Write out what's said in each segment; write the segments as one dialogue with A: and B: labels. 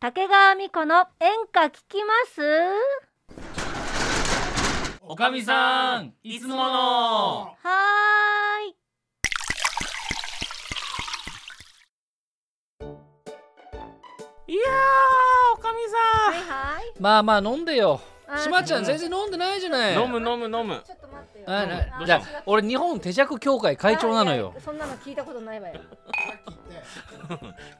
A: 竹川美子の演歌聞きます
B: おかみさんいつもの
A: はーい
B: いやーおかみ
A: はいはい
C: まあまあ飲んでよ。
A: あー
C: しまちゃん全然飲んでないじゃない。
B: さん飲む飲む飲む
A: ちょっと待ってよ
C: あな
B: どう
C: じ
B: した
C: ゃあ俺日本手酌協会会長なのよ
A: あいや。そんなの聞いたことないわよ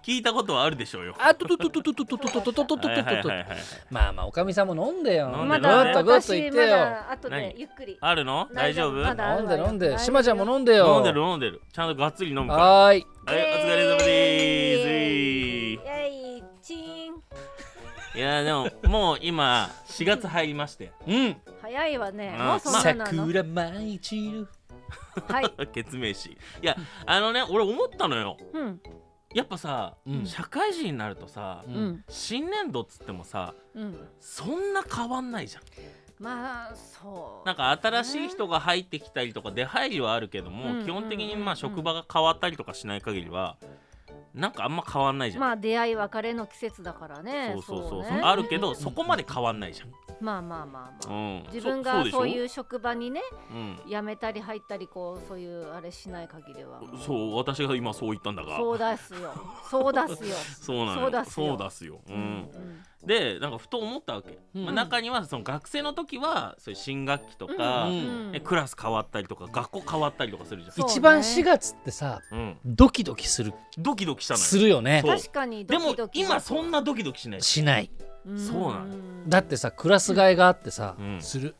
B: 聞いたことはあるでしょうよ
C: あととととととととととととと
B: はいはいはいはい
C: まあまあおかみさんも飲んでよ。
B: 飲ん
A: ま
B: で飲んで
A: だ
C: ぐっとぐっと
A: 私
C: 言っ
A: ま
C: てよ。
A: だ後で
B: 何
A: ゆっくり
B: あるの大丈夫
A: まだ
C: 飲んで飲ん
A: 大丈
C: で。
A: 夫
C: しまちゃんも飲んでよ。
B: 飲んでる飲んでるちゃんとがっつり飲むから
C: はーい。
B: はいお疲れ様で
A: イエイチーン
B: すいやーでももう今4月入りまして
C: うん。
A: 早いわね
B: うん
A: もうそんなのなの
C: 桜舞い散る。
A: はい
B: 決明詞いやあのね俺思ったのよ
A: うん
B: やっぱさ
C: うん
B: 社会人になるとさ
C: う
A: う。ん
B: 新年度っつってもさ
A: うん
B: そんな変わんないじゃん
A: まあそう
B: なんか新しい人が入ってきたりとか出入りはあるけども、
A: うん
B: 基本的に
A: うん
B: まあ職場が変わったりとかしない限りはなんかあんま変わんないじゃん、
A: まあ出会い別れの季節だからね
B: そうそうそう
A: ね
B: あるけどそこまで変わんないじゃん、
A: まあまあまあまあ
B: うん、、
A: 自分がそういうう職場にね
B: うん、
A: 辞めたり入ったりこうそういうあれしない限りは
B: そう私が今そう言ったんだが
A: そうだすよそうだすよ、
B: そうなの
A: そうだっ
B: よ
A: すよ
B: そうだすよ、う、
A: うん
B: でなんかふと思ったわけ、
C: うん
B: まあ、中にはその学生の時はそういう新学期とか、
C: うんん
B: ねクラス変わったりとか学校変わったりとかするじゃ
A: そうね
C: 一番4月ってさ
B: ん、うん、
C: ドキドキする
B: ドキドキしたのよ
C: するよね
B: そ。う
A: 確かに
B: で
A: ドキ
B: も
A: ドキ
B: 今そんなドキドキしない
C: しない。
A: うん
B: そうな
C: だってさクラス替えがあってさ
B: うん
C: する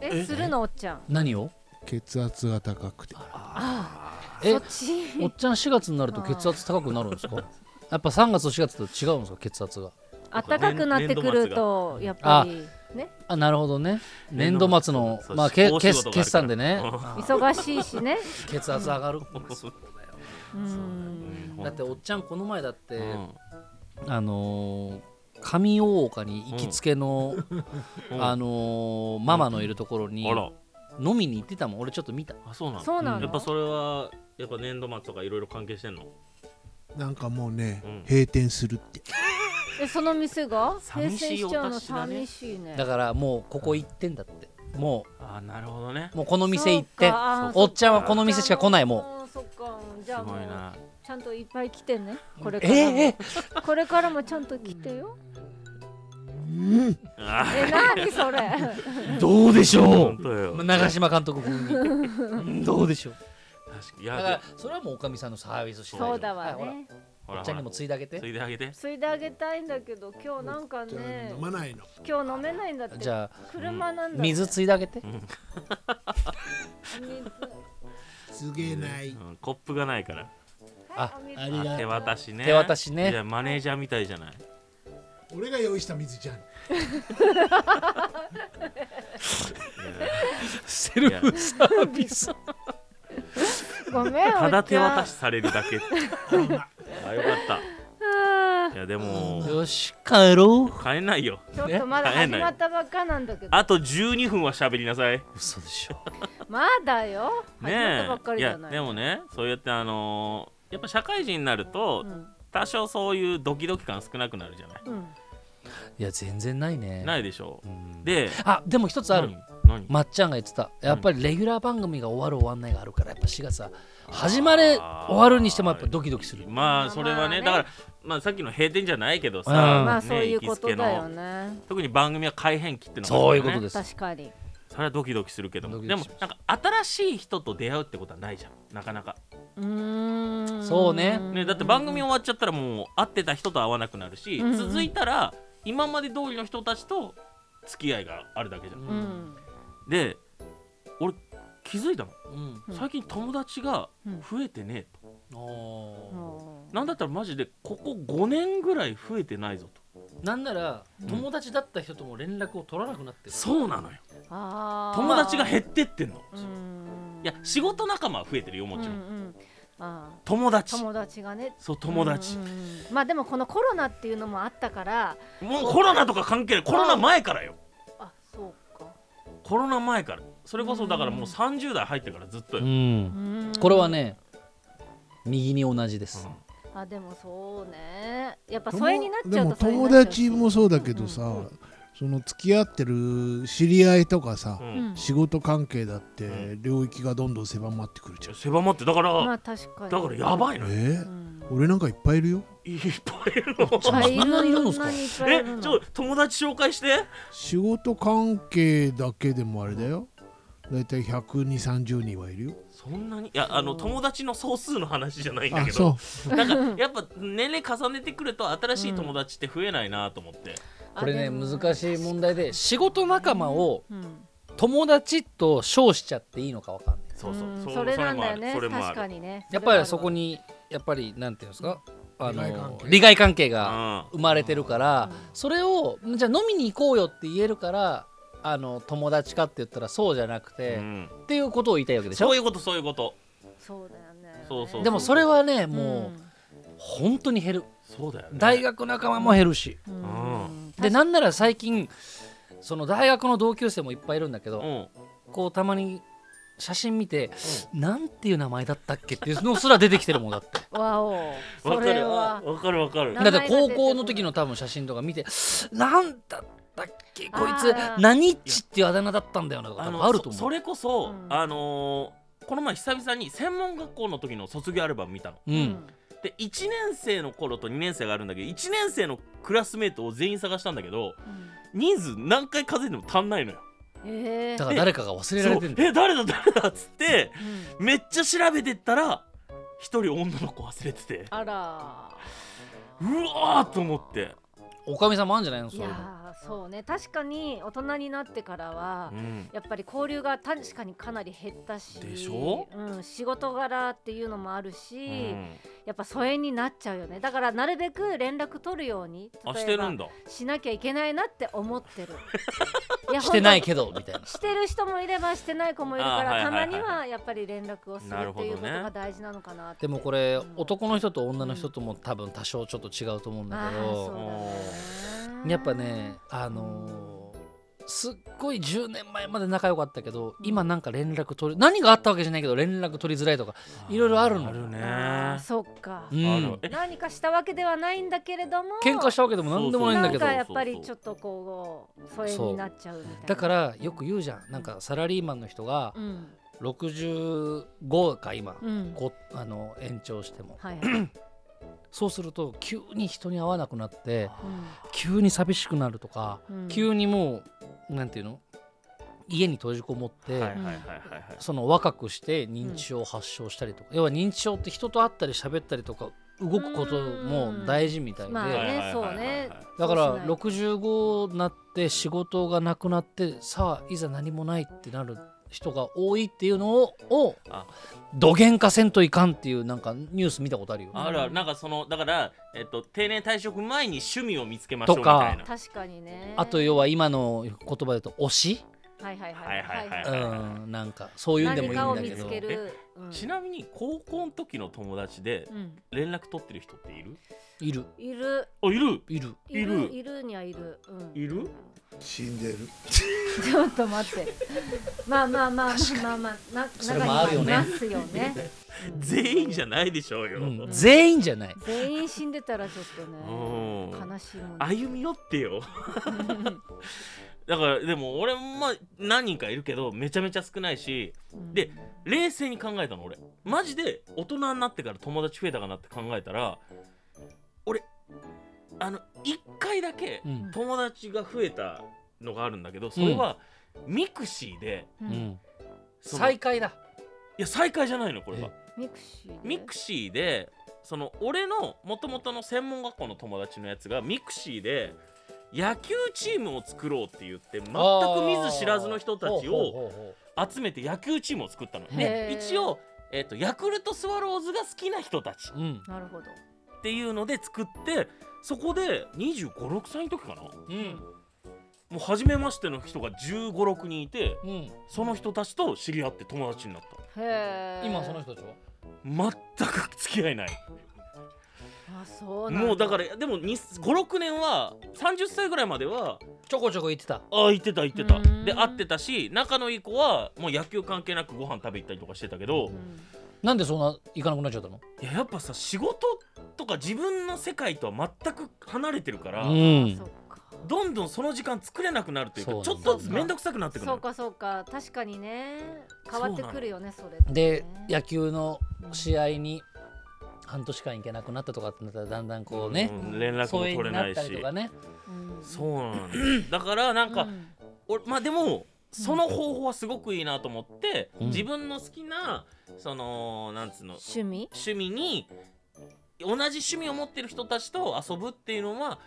A: え
B: え
A: するのおっちゃん
C: 何を？
D: 血圧が高くて
A: ああ
C: え
A: そっち
C: おっちゃん4月になると血圧高くなるん ですかやっぱ3月と4月と違うんですか血圧が
A: 暖かくなってくるとやっぱりね
C: あなるほどね
B: 年
C: 年
B: 度
C: 度
B: 末
C: 末
B: の
C: の
B: そう
C: まあけ
B: 大仕事があるか
C: 決
B: ら
C: 決算でね
B: うん
C: あー
A: 忙しいしね
C: 血圧上 がる
B: そう
A: うん
C: だっておっちゃんこの前だって
B: うん
C: あのー上大岡に行きつけの
B: うん
C: あのーママのいるところに
B: あら
C: 飲みに行ってたもん俺ちょっと見た
B: あそうなの
A: そうなの
B: やっぱそれはやっぱ年度末とかいろいろ関係してんの
D: なんかもうね、
B: うん
D: 閉店するって
A: えその店が閉
B: 寂
A: 店
B: しい
A: し
B: お
A: ちゃうの
B: 達しだね
A: 寂しいね
C: だからもうここ行ってんだっても
B: あーなるほどね
C: うもうこの店行って
A: そうかあー
C: おっちゃんはこの店しか来ないも
A: もうそっかじ
B: す
A: ゃあも
B: ごいうな
A: ちゃんといっぱい来てねこれ
C: う
A: からも
C: ええ
A: これからもちゃんと来てよ
B: あ
A: え何 それ
C: どうでし
B: ー
C: ょ
B: 本当よ
C: う長嶋監督風にどうでしょう
B: 確かにい
C: だ
B: や
C: からそれはもうおかみさんのサービス次第
A: そうだわ
C: はいほら
A: ね
B: ほ
C: お
B: ら
C: っちゃんにもついであげ
B: つ
C: て
B: いであげて
A: ついであげたいんだけど今日なんかね
D: 飲まないの
A: 今日飲めないんだって
C: じゃあ
A: 車なんだね
C: 水ついであげて
A: 水
D: すげえない、
B: うんコップがないから
C: あ
A: お水
D: ありがとう
B: あ手渡しね
C: 手渡しね
B: いやマネージャーみたいじゃない
D: 俺が用意した水じゃん
C: セル
B: フ
C: サービス
A: ごめん
B: ただ手渡し
A: し
B: されるだけあよかったいやでも
C: よし帰ろ
B: 買えないよ
A: ちょっとまだ始まったばっかなんだけど
B: あと12分は喋りなさいう
C: 嘘でしょ
A: まだよ始まったば
B: ね
A: っか
B: えい
A: りじゃ
B: や
A: ない
B: でもねそうやってあのーやっぱ社会人になると、
A: うん
B: 多少そういうドキドキ感少なくなるじゃない、
A: うん
C: いや全然ないね
B: ないいでしょで
C: あでも一つある
B: 何
C: まっちゃんが言ってたやっぱりレギュラー番組が終わる終わんないがあるからやっぱ4月は始まれ
B: あー
C: 終わるにしてもやっぱドキドキする
B: 何まあそれ
A: まあまあ
B: はね,、
A: ね
B: だからまあさっきの閉店じゃないけどさ、
C: うん
A: まあ
B: ね
A: そういうこ
B: 行きつけ
A: と
B: の
A: だよね
B: 特に番組は改変期ってのがあるか
C: そう
B: らね
C: いうことです
A: 確かに
B: それはドキドキするけども
C: ドキ
B: で
C: ド
B: も
C: キします
B: なんか新しい人と出会うってことはないじゃんなかなか、
A: うーん
C: そうね
B: ね、だって番組終わっちゃったらもう会ってた人と会わなくなるし、
A: うんうん
B: 続いたら今まで通りの人たちと付き合いがあるだけじゃん
A: うん
B: で俺気づいたの
C: うん
A: うん
B: 最近友達が
A: うん
B: 増えてねえと、
C: お
A: もう
B: なんだったらマジでここ5年ぐらい増えてないぞと
C: ーなんなら友達だった人とも連絡を取らなくなってる
B: そうなのよ
A: あー
B: 友達が減ってってんの
A: うーん
B: いや仕事仲間は増えてるよもちろん、
A: うんうんあー
B: 友達
A: 友達がね
B: そう友達
A: うんうんうんまあでもこのコロナっていうのもあったから
B: もうコロナとか関係ないコロナ前からよ
A: あそうか
B: コロナ前からそれこそだからもう30代入ってからずっとよ、
C: ん
A: うーん
C: これはね右に同じです、
B: うん
A: あでもそうねやっぱ
D: 友
A: 疎遠になっち
D: で
A: ゃう
D: も
A: と疎遠に
D: 友
A: なっちゃうし
D: 達もそうだけどさ、その付き合ってる知り合いとかさ、
A: う
B: うん
A: ん
D: 仕事関係だって
B: う
D: 領域がどんどん狭まってくるじゃん、
B: 狭まってだから、
A: まあ確かに
B: だからやばいのよ
D: え
A: う
D: ー
A: ん
D: 俺なんかいっぱいいるよ
B: いっぱいいるの
C: あそんなにいるんですか
A: いっぱいい
B: え
A: るの
B: ちょ友達紹介して
D: 仕事関係だけでもあれだよだいたい12030人はいるよ
B: そんなにいやあの
A: うん
B: 友達の総数の話じゃないんだ
D: あ
B: けど
D: そ
B: なんかやっぱ年齢重ねてくると新しい友達って増えないなと思って、
C: これね
A: あでも
C: 難しい問題で仕事仲間を
A: うん
C: 友達と称しちゃっていいのかわかんない
B: そうそう、
A: うん
B: う
A: それなんだよね
B: それもあ
A: 確
B: る
A: かにね
C: やっぱりそこ
A: に
C: にやっぱりなんていうんですかあ
D: 利害関
C: の
D: 係
C: 利害関係
B: う
C: が
B: ん
C: 生まれてるから
A: うん
C: それをじゃあ飲みに行こうよって言えるからあの友達かって言ったらそうじゃなくて、
B: うん
C: っていうことを言いたいわけでしょ
B: そういうことそういうこと
A: そうだよね
B: そうそう
C: でもそれはね
A: うん
C: もう本当に減る
B: そうだよね
C: 大学仲間も減るし、
A: うん
B: うん
C: でなんなら最近その大学の同級生もいっぱいいるんだけど、
B: うん
C: こうたまに写真見て、なんていう名前だったっけっていうのすら出てきてるもんだって
A: わお
B: わ
A: そ
B: か
A: れ
B: る
A: は
B: わわかるわかる
A: 名
C: だ
A: 前が
C: って
A: 出てこない
C: 高校の時の多分写真とか見てなんだったっけこい
A: あ
C: つ
A: ー
C: 何っちっていうあだ名だったんだよなとか多
B: あ
C: 分
B: の
C: あると思う
B: そそれこそ、
A: うん
B: あのーこの前久々に専門学校の時の卒業アルバム見たの
C: う、
A: うん
B: で1年生の頃と2年生があるんだけど1年生のクラスメートを全員探したんだけど
A: うん
B: 人数何回数えても足んないのよ
A: ええ
C: だから誰かが忘れられてんだ
B: そう
C: よ
B: え誰だ誰だっつって
A: うん
B: めっちゃ調べてったら一人女の子忘れてて
A: あら
B: うわーと思って、
C: おかみさんもあるんじゃないのそ
A: いう
C: いうの
A: やーそうね確かに大人になってからは
B: うん、
A: やっぱり交流が確かにかなり減ったし
B: でしょ、
A: うん、仕事柄っていうのもある
B: う
A: し、
B: ん
A: やっぱ疎遠になっちゃうよねだからなるべく連絡取るように
B: あ
A: 例
B: し
A: え
B: て
A: ば
B: るんだ
A: しなきゃいけないなって思って るいや
C: してない
A: ほん
C: けどみたいな
A: としてる人もいればしてない子もいるから、
B: あはいはいはい
A: たまにはやっぱり連絡をする
B: なる
A: っ
B: ほ
A: て
B: ど
A: い
B: ね
A: うことが大事なのかなって
C: でもこれ
A: うん
C: 男の人と女の人とも多分多少ちょっと違うと思うんだ
A: あ
C: け
A: ーそうだ
C: ど、
A: ね
C: やっぱねあのーすっごい10年前まで仲良かったけど、
A: うん
C: 今なんか連絡取り何があったわけじゃないけど連絡取りづらいとか、いろいろあるの
B: あるね
A: あーそっか、
C: うん
B: あるえ
A: 何かしたわけではないんだけれども
C: 喧嘩したわけでも何でもないんだけど
A: なんかやっぱりちょっとこう疎遠になっちゃうみたいな
C: だからよく言うじゃんなんかサラリーマンの人が
A: うん
C: 65か今、
A: うん
C: こあの延長しても
A: はいはい、うん
C: そうすると急に人に会わなくなって急に寂しくなるとか、
A: うん
C: 急にもうなんていうの家に閉じこもって、
B: はいはいはいはいはい
C: その若くして認知症を発症したりとか、要は認知症って人と会ったり喋ったりとか動くことも大事みたいで、
A: まあね、
B: はいはいはいはい
A: そうね
C: だ
A: そ
C: か
A: うし
C: ら
A: ない
C: 65になって仕事がなくなってさあいざ何もないってなる人が多いっていうのをを
B: あ
C: どげんかせんといかんっていうなんかニュース見たことあるよ。
B: あるあるなんかそのだから、えっと、定年退職前に趣味を見つけましょう
C: と
B: み
C: か
B: たいな
A: 確かにね
C: あと要は今の言葉で言うと推し、
A: はいはいはい
B: はいはいはいは
C: うん、なんかそういうんでもい
A: 何かを
C: いん
A: 見
C: だけ
A: つ
C: ど
A: ける、うん
B: ちなみに高校の時の友達で
A: うん
B: 連絡取ってる人っている
C: いる
A: いる
B: あいる
C: いる
A: い
B: い
A: る
B: る
A: いるにはいる、うん、
B: いる
D: 死んでる
A: ちょっと待ってまあまあまあまあまあまあな
C: それもあるよね
A: 中にはいますよね
B: 全員じ
A: ゃ
B: ゃないでしょうよ、
C: うん全員じゃない
A: 全員死んでたらちょっとね
B: うん
A: 悲しいもんね
B: 歩み寄ってよだからでも俺もまあ何人かいるけどめちゃめちゃ少ないし
A: うん
B: で冷静に考えたの俺マジで大人になってから友達増えたかなって考えたら俺あの1回だけ
C: うん
B: 友達が増えたのがあるんだけどそれはミクシーで
A: う
C: うんん
B: その
C: 再会だ
B: いや再会じゃないのこれは
A: ミクシーで
B: ミクシーでその俺の元々の専門学校の友達のやつがミクシーで野球チームを作ろうって言って全く見ず知らずの人たちを
C: を
B: 集めて野球チームを作ったの
A: へ
B: で
A: ー
B: 一応、えー、とヤクルトスワローズが好きな人たち
C: うん
A: なるほど
B: っていうので作ってそこで2 5 6歳の時かなも
C: うん
B: う初めましての人が1 5 6人いて
C: うん
B: その人たちと知り合って友達になった
A: へえ
C: 今その人たちは
B: 全く付き合いない
A: あそうなん
B: もうだからでも56年は30歳ぐらいまでは
C: ちょこちょこ言ってた
B: ああ行ってた行ってた
A: うーん
B: で会ってたし仲のいい子はもう野球関係なくご飯食べ行ったりとかしてたけど
A: うん
C: なんでそんな行かなくなっちゃったの
B: いややっぱさ仕事とか自分の世界とは全く離れてるから、
C: うん
A: そっか
B: どんどんその時間作れなくなるというか
C: そうなん
B: ち
C: だ
B: ょっとずつ面倒くさくなってくる
A: そうかそうか確かにね変わってくるよねそれってね
C: で野球の試合に半年間行けなくなったとかってなったらだんだんこうね、
B: うん連絡も
C: 疎遠
B: 取れ
C: にな
B: な
C: っ
B: い
C: たり
B: し
C: とかね
A: うん
B: そうなん ですだからなんか、
A: うん
B: 俺まあでもその方法はすごくいいなと思って、
C: うん
B: 自分の好きなそのなんつうの
A: 趣味
B: 趣味に同じ趣味を持ってる人たちと遊ぶっていうのは、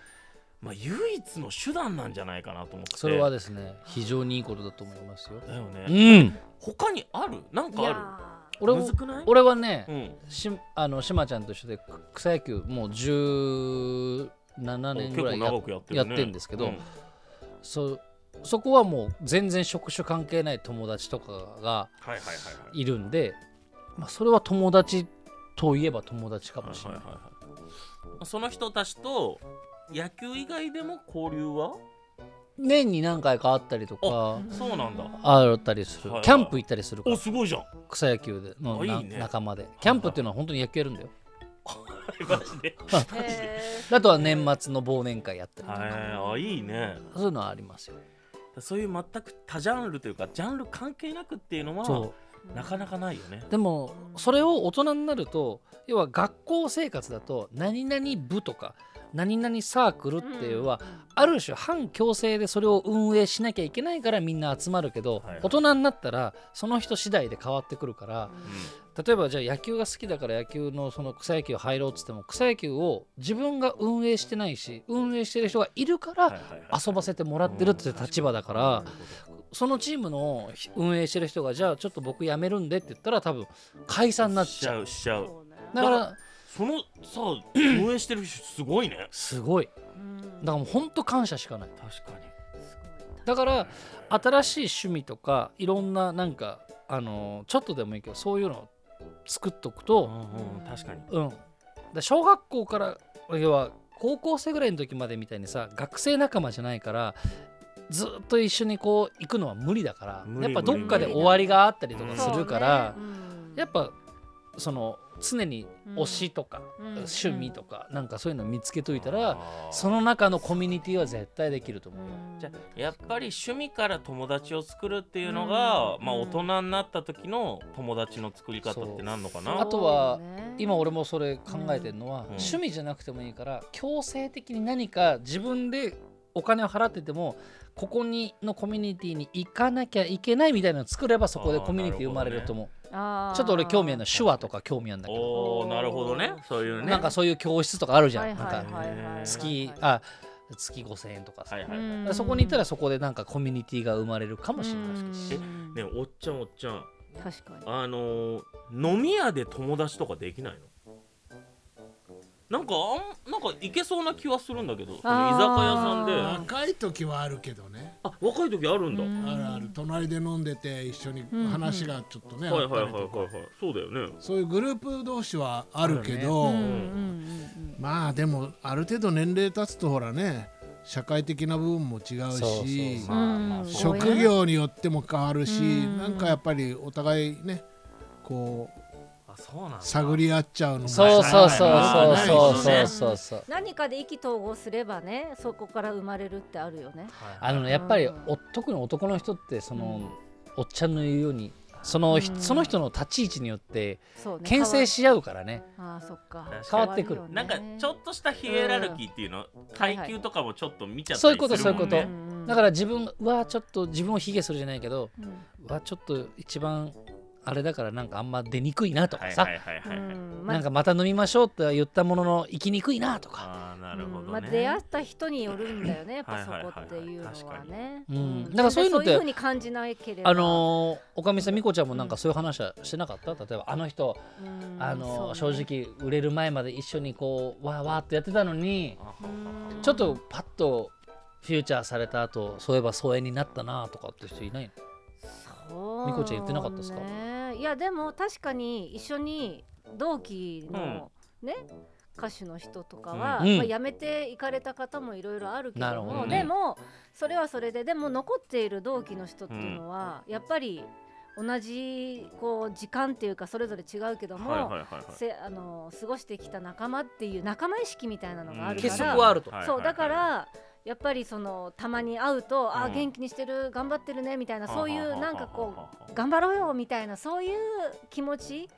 B: まあ、唯一の手段なんじゃないかなと思って
C: それはですね非常にいいことだと思いますよ。
B: だよね、
C: うん、
B: 他にあるなん
A: いやー
B: かある
C: 俺
B: む
C: も
B: ずくない
C: 俺はね、
B: うん
C: しあの島ちゃんと一緒でく草野球もう17年
B: 結
C: ぐら
B: 構
C: いや
B: 長くやってる、ね、
C: やってんですけど
B: う
C: そそこはもう全然職種関係ない友達とかが
B: はいはいはいはい
C: いるんで、まあ、それは友達といえば友達かもしれない。
B: はいはいはいはいその人たちと野球以外でも交流は
C: 年に何回かあったりとか
B: そうなんだ
C: あったりする、
B: はいはい
C: キャンプ行ったりするか
B: お
C: ら
B: すごいじゃん
C: 草野球での
B: あ
C: ない
B: いね
C: 仲間でキャンプっていうのは本当に野球やるんだよ。
B: マ ジで
A: へー
C: あとは年末の忘年会やったりとか、
B: はいあいいね
C: そういうのはありますよ。
B: そういう全く多ジャンルというかジャンル関係なくっていうのは
C: そ
B: なかなかないよね
C: うでもそれを大人になると要は学校生活だと何々部とか何々サークルっていうのは、ある種反強制でそれを運営しなきゃいけないからみんな集まるけど、
B: はいはい
C: 大人になったらその人次第で変わってくるから例えばじゃあ野球が好きだから野球のその草野球入ろうっつっても草野球を自分が運営してないし運営してる人がいるから遊ばせてもらってるって立場だから、そのチームの運営してる人がじゃあちょっと僕辞めるんでって言ったら多分解散になっ
B: し
C: ち
B: ち
C: ゃ
B: ゃ
C: う
B: うしちゃう
A: そうね
C: だから
B: その さ運営してる人すごいね
C: すごい
A: うん
C: だからもうほんと感謝しかない
B: 確かに
A: す
C: だから新しい趣味とかいろんななんかあのちょっとでもいいけどそういうのを作っとく
B: う
C: と、
B: んうん確かに
C: うん、で小学校から要は高校生ぐらいの時までみたいにさ学生仲間じゃないからずっと一緒にこう行くのは無理だから
B: 無理
C: やっぱどっかで終わりがあったりとか
A: ごい
C: す
A: な
C: るから、
A: そうねうん
C: やっぱその常に推しとか、
A: うん
C: 趣味とか、なんかそういうの見つけといたら、
B: あー
C: その中のコミュニティは絶対できると思う。
A: うん
B: じゃあやっぱり趣味から友達を作るっていうのが、
A: うん
B: まあ
A: うん
B: 大人になった時の友達の作り方ってなんのか
A: そう
B: な
C: あとは
A: ね
C: 今俺もそれ考えてるのは、趣味じゃなくてもいいから強制的に何か自分でお金を払っててもここにのコミュニティに行かなきゃいけないみたいなのを作ればそこでコミュニティ生まれると思う、
A: あー
C: ちょっと俺興味あるのは手話とか興味あるんだけど、
B: おおなるほどねそういうね
C: なんかそういう教室とかあるじゃん,、
A: はいはいはい
C: なんか
A: はいはい
B: なんか
C: 月、あ月5000円とかさ、
B: はいはいはい、
A: うん
C: そこにいたらそこでなんかコミュニティが生まれるかもしれないし、
A: うん
B: ねえおっちゃんおっちゃん
A: 確かに
B: あのー飲み屋で友達とかできないのなんかあんなんかいけそうな気はするんだけどその居酒屋さんで
D: 若い時はあるけどね
B: あ若い時あるんだ、
A: うん
D: あるある隣で飲んでて一緒に
A: んうん
D: 話がちょっとね、
B: はいはいはい
D: あ
B: は
D: っ
B: い
D: たりとか
B: はいそうだよね
D: そういうグループ同士はあるけ
A: う
D: ど、
A: んうんうん
D: まあでもある程度年齢経つとほらね社会的な部分も違うし
C: そうそうそう
B: まあま
A: う
B: あ
A: ん
B: そう
D: 職業によっても変わるし、
A: うん
D: なんかやっぱりお互いねこう
B: あそうなんだ
D: 探り合っちゃうのも
C: そうそう
D: し
C: そ
D: ょ
C: う
D: が
C: そう
D: ない
C: そう
D: しね
C: そうそうそう
A: 何かで意気投合すればねそこから生まれるってあるよね
B: はい
C: あのねやっぱりお特に男の人ってその、おっちゃんの言うようにその,、
A: うん
C: その人の立ち位置によって
A: そうね
C: 牽制し合うからね
A: あーそっか
B: 変わ
C: ってくる
A: 変わ
B: なん
A: よ
B: か
A: ね
B: ちょっとしたヒエラルキーっていうの、
A: はい
B: 階級とかもちょっと見ちゃったりす
C: そうい
B: る
C: うこ
B: も
C: と
B: んね
C: そういうこ
A: んん
C: だから自分うわちょっと自分を卑下するじゃないけど
A: うん
C: うわちょっと一番あれだからなんかあんま出にくいなとかさ、
B: はいはいはいはい、はい
A: うんま
C: なんかまた飲みましょうって言ったものの行きにくいなとか
B: ああなるほどね、
A: うんまあ、出会った人によるんだよねやっ
B: は
A: ぱ
B: いはいはい
A: そこっていうのはね。
C: うんだからそういうのって
A: 全然そういうふうに感じないければ
C: あのーおかみさんみこちゃんもなんかそういう話はしてなかった例えばあの人、
A: うん
C: あのー
A: そうね
C: 正直売れる前まで一緒にこうわーわーってやってたのに
B: あはは
A: うん
C: ちょっとパッとフューチャーされた後そういえば疎遠になったなとかって人いないの
A: そう
C: みこちゃん言ってなかったですか
A: ねいやでも確かに一緒に同期のね、歌手の人とかは、
C: うん
A: まあ、辞めていかれた方もいろいろあるけ
C: なる
A: ど
C: ほ
A: も
C: どね
A: でもそれはそれででも残っている同期の人っていうのは、やっぱり同じこう時間っていうかそれぞれ違うけども、
B: はいはいはいはい
A: せあの過ごしてきた仲間っていう仲間意識みたいなのがあるから、
C: 結束はあると
B: いいい
A: そうだからやっぱりそのたまに会うと、あー元気にしてる頑張ってるねみたいなそういうなんかこう頑張ろうよみたいなそういう気持ち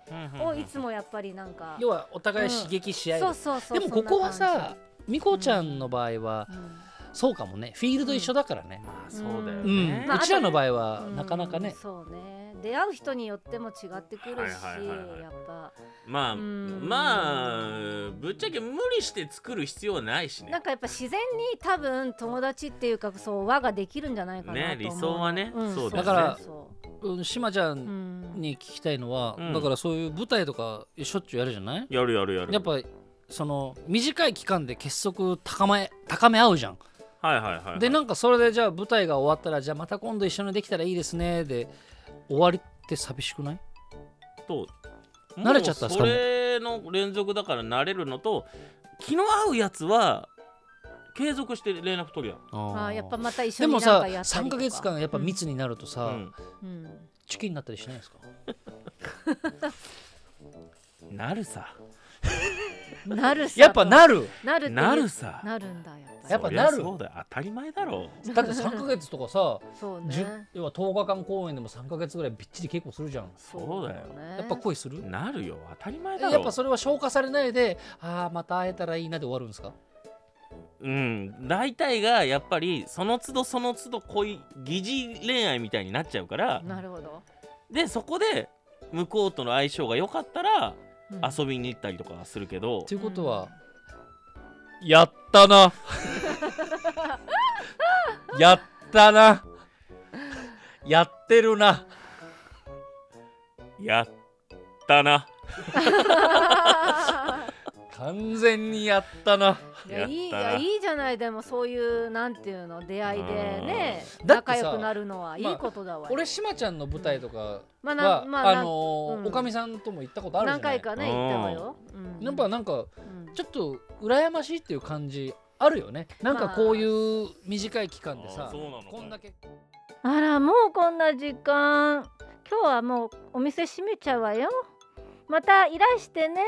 A: をいつもやっぱりなんか、
C: 要はお互い刺激し合える
A: そうそうそう
C: でもここはさ、みこちゃんの場合は
A: そんな感
C: そうかもねフィールド一緒だからね、
B: まあそうだよ
C: うん
B: ね、
A: まあ
C: うちらの場合
A: じ
C: は
A: うん
C: なかなかね
A: うん、そうね出会う人によっても違ってくるし、
B: はいはいはいはい
A: やっぱ
B: まあ
A: うん
B: まあぶっちゃけ無理して作る必要はないしね
A: なんかやっぱ自然に多分友達っていうかそう輪ができるんじゃないかなと思う
B: ね理想はね
A: うん
B: そう
C: だよねだから
A: そ
C: うんしまちゃ
A: ううんん
C: に聞きたいのは、
B: うん
C: だからそういう舞台とかしょっちゅうやるじゃない
B: やるやるやる
C: やっぱその短い期間で結束高め高め合うじゃん、
B: はいはいはいはい
C: でなんかそれでじゃあ舞台が終わったらじゃあまた今度一緒にできたらいいですねで終わりって寂しくない
B: と
C: 慣れちゃったんすか
B: もうそれの連続だから慣れるのと気の合うやつは継続して連絡取るやん
A: あーやっぱまた一緒
C: で
A: にな
C: も
A: ん
C: さ
A: かやったり
C: 3
A: と
C: か
A: か
C: 月間やっぱ密になるとさ、
A: うん
C: チキンになったりしないですか
B: うんなるさ
A: うんなるさ
C: やっぱ なる
A: なるっていう
B: なるさ
A: なるんだやっぱり
C: やっぱ
B: そりゃ
C: なる
B: そうだよ当たり前だろ
C: だって3か月とかさ、
A: そう
C: じゅ
A: ね
C: 要は10日間公演でも3か月ぐらいびっちり稽古するじゃん
B: そうだよ
A: ね
C: やっぱ恋する
B: なるよ当たり前
C: え
B: だろ
C: やっぱそれは消化されないでああまた会えたらいいなで終わるんですか
B: うん大体がやっぱりその都度その都度恋疑似恋愛みたいになっちゃうから
A: なるほど、
B: でそこで向こうとの相性が良かったら
A: うん
B: 遊びに行ったりとかはするけど
C: ということは、やった なやったなやってるな
B: やったな
C: 完全にやったない
A: やいいい
B: やったな
A: やいいじゃないでもそういうなんていうの出会いでね
C: うんだって
A: 仲
C: さ
A: 良くなるのはい
C: まあ
A: いことだわ、
C: 俺しまちゃんの舞台とかは、
A: まあ
C: あ
A: なまあな
C: のー
A: うん
C: おかみさんとも行ったことあるじゃな
A: 何回
C: い
A: かね行ったわよ、うん
C: やっぱなんか
A: うん
C: ちょっと羨ましいっていう感じあるよねなんかこういう短い期間で
B: あ
C: さ
B: ーそうなのかい
C: こんだけ
A: あらもうこんな時間今日はもうお店閉めちゃうわよまたいらしてね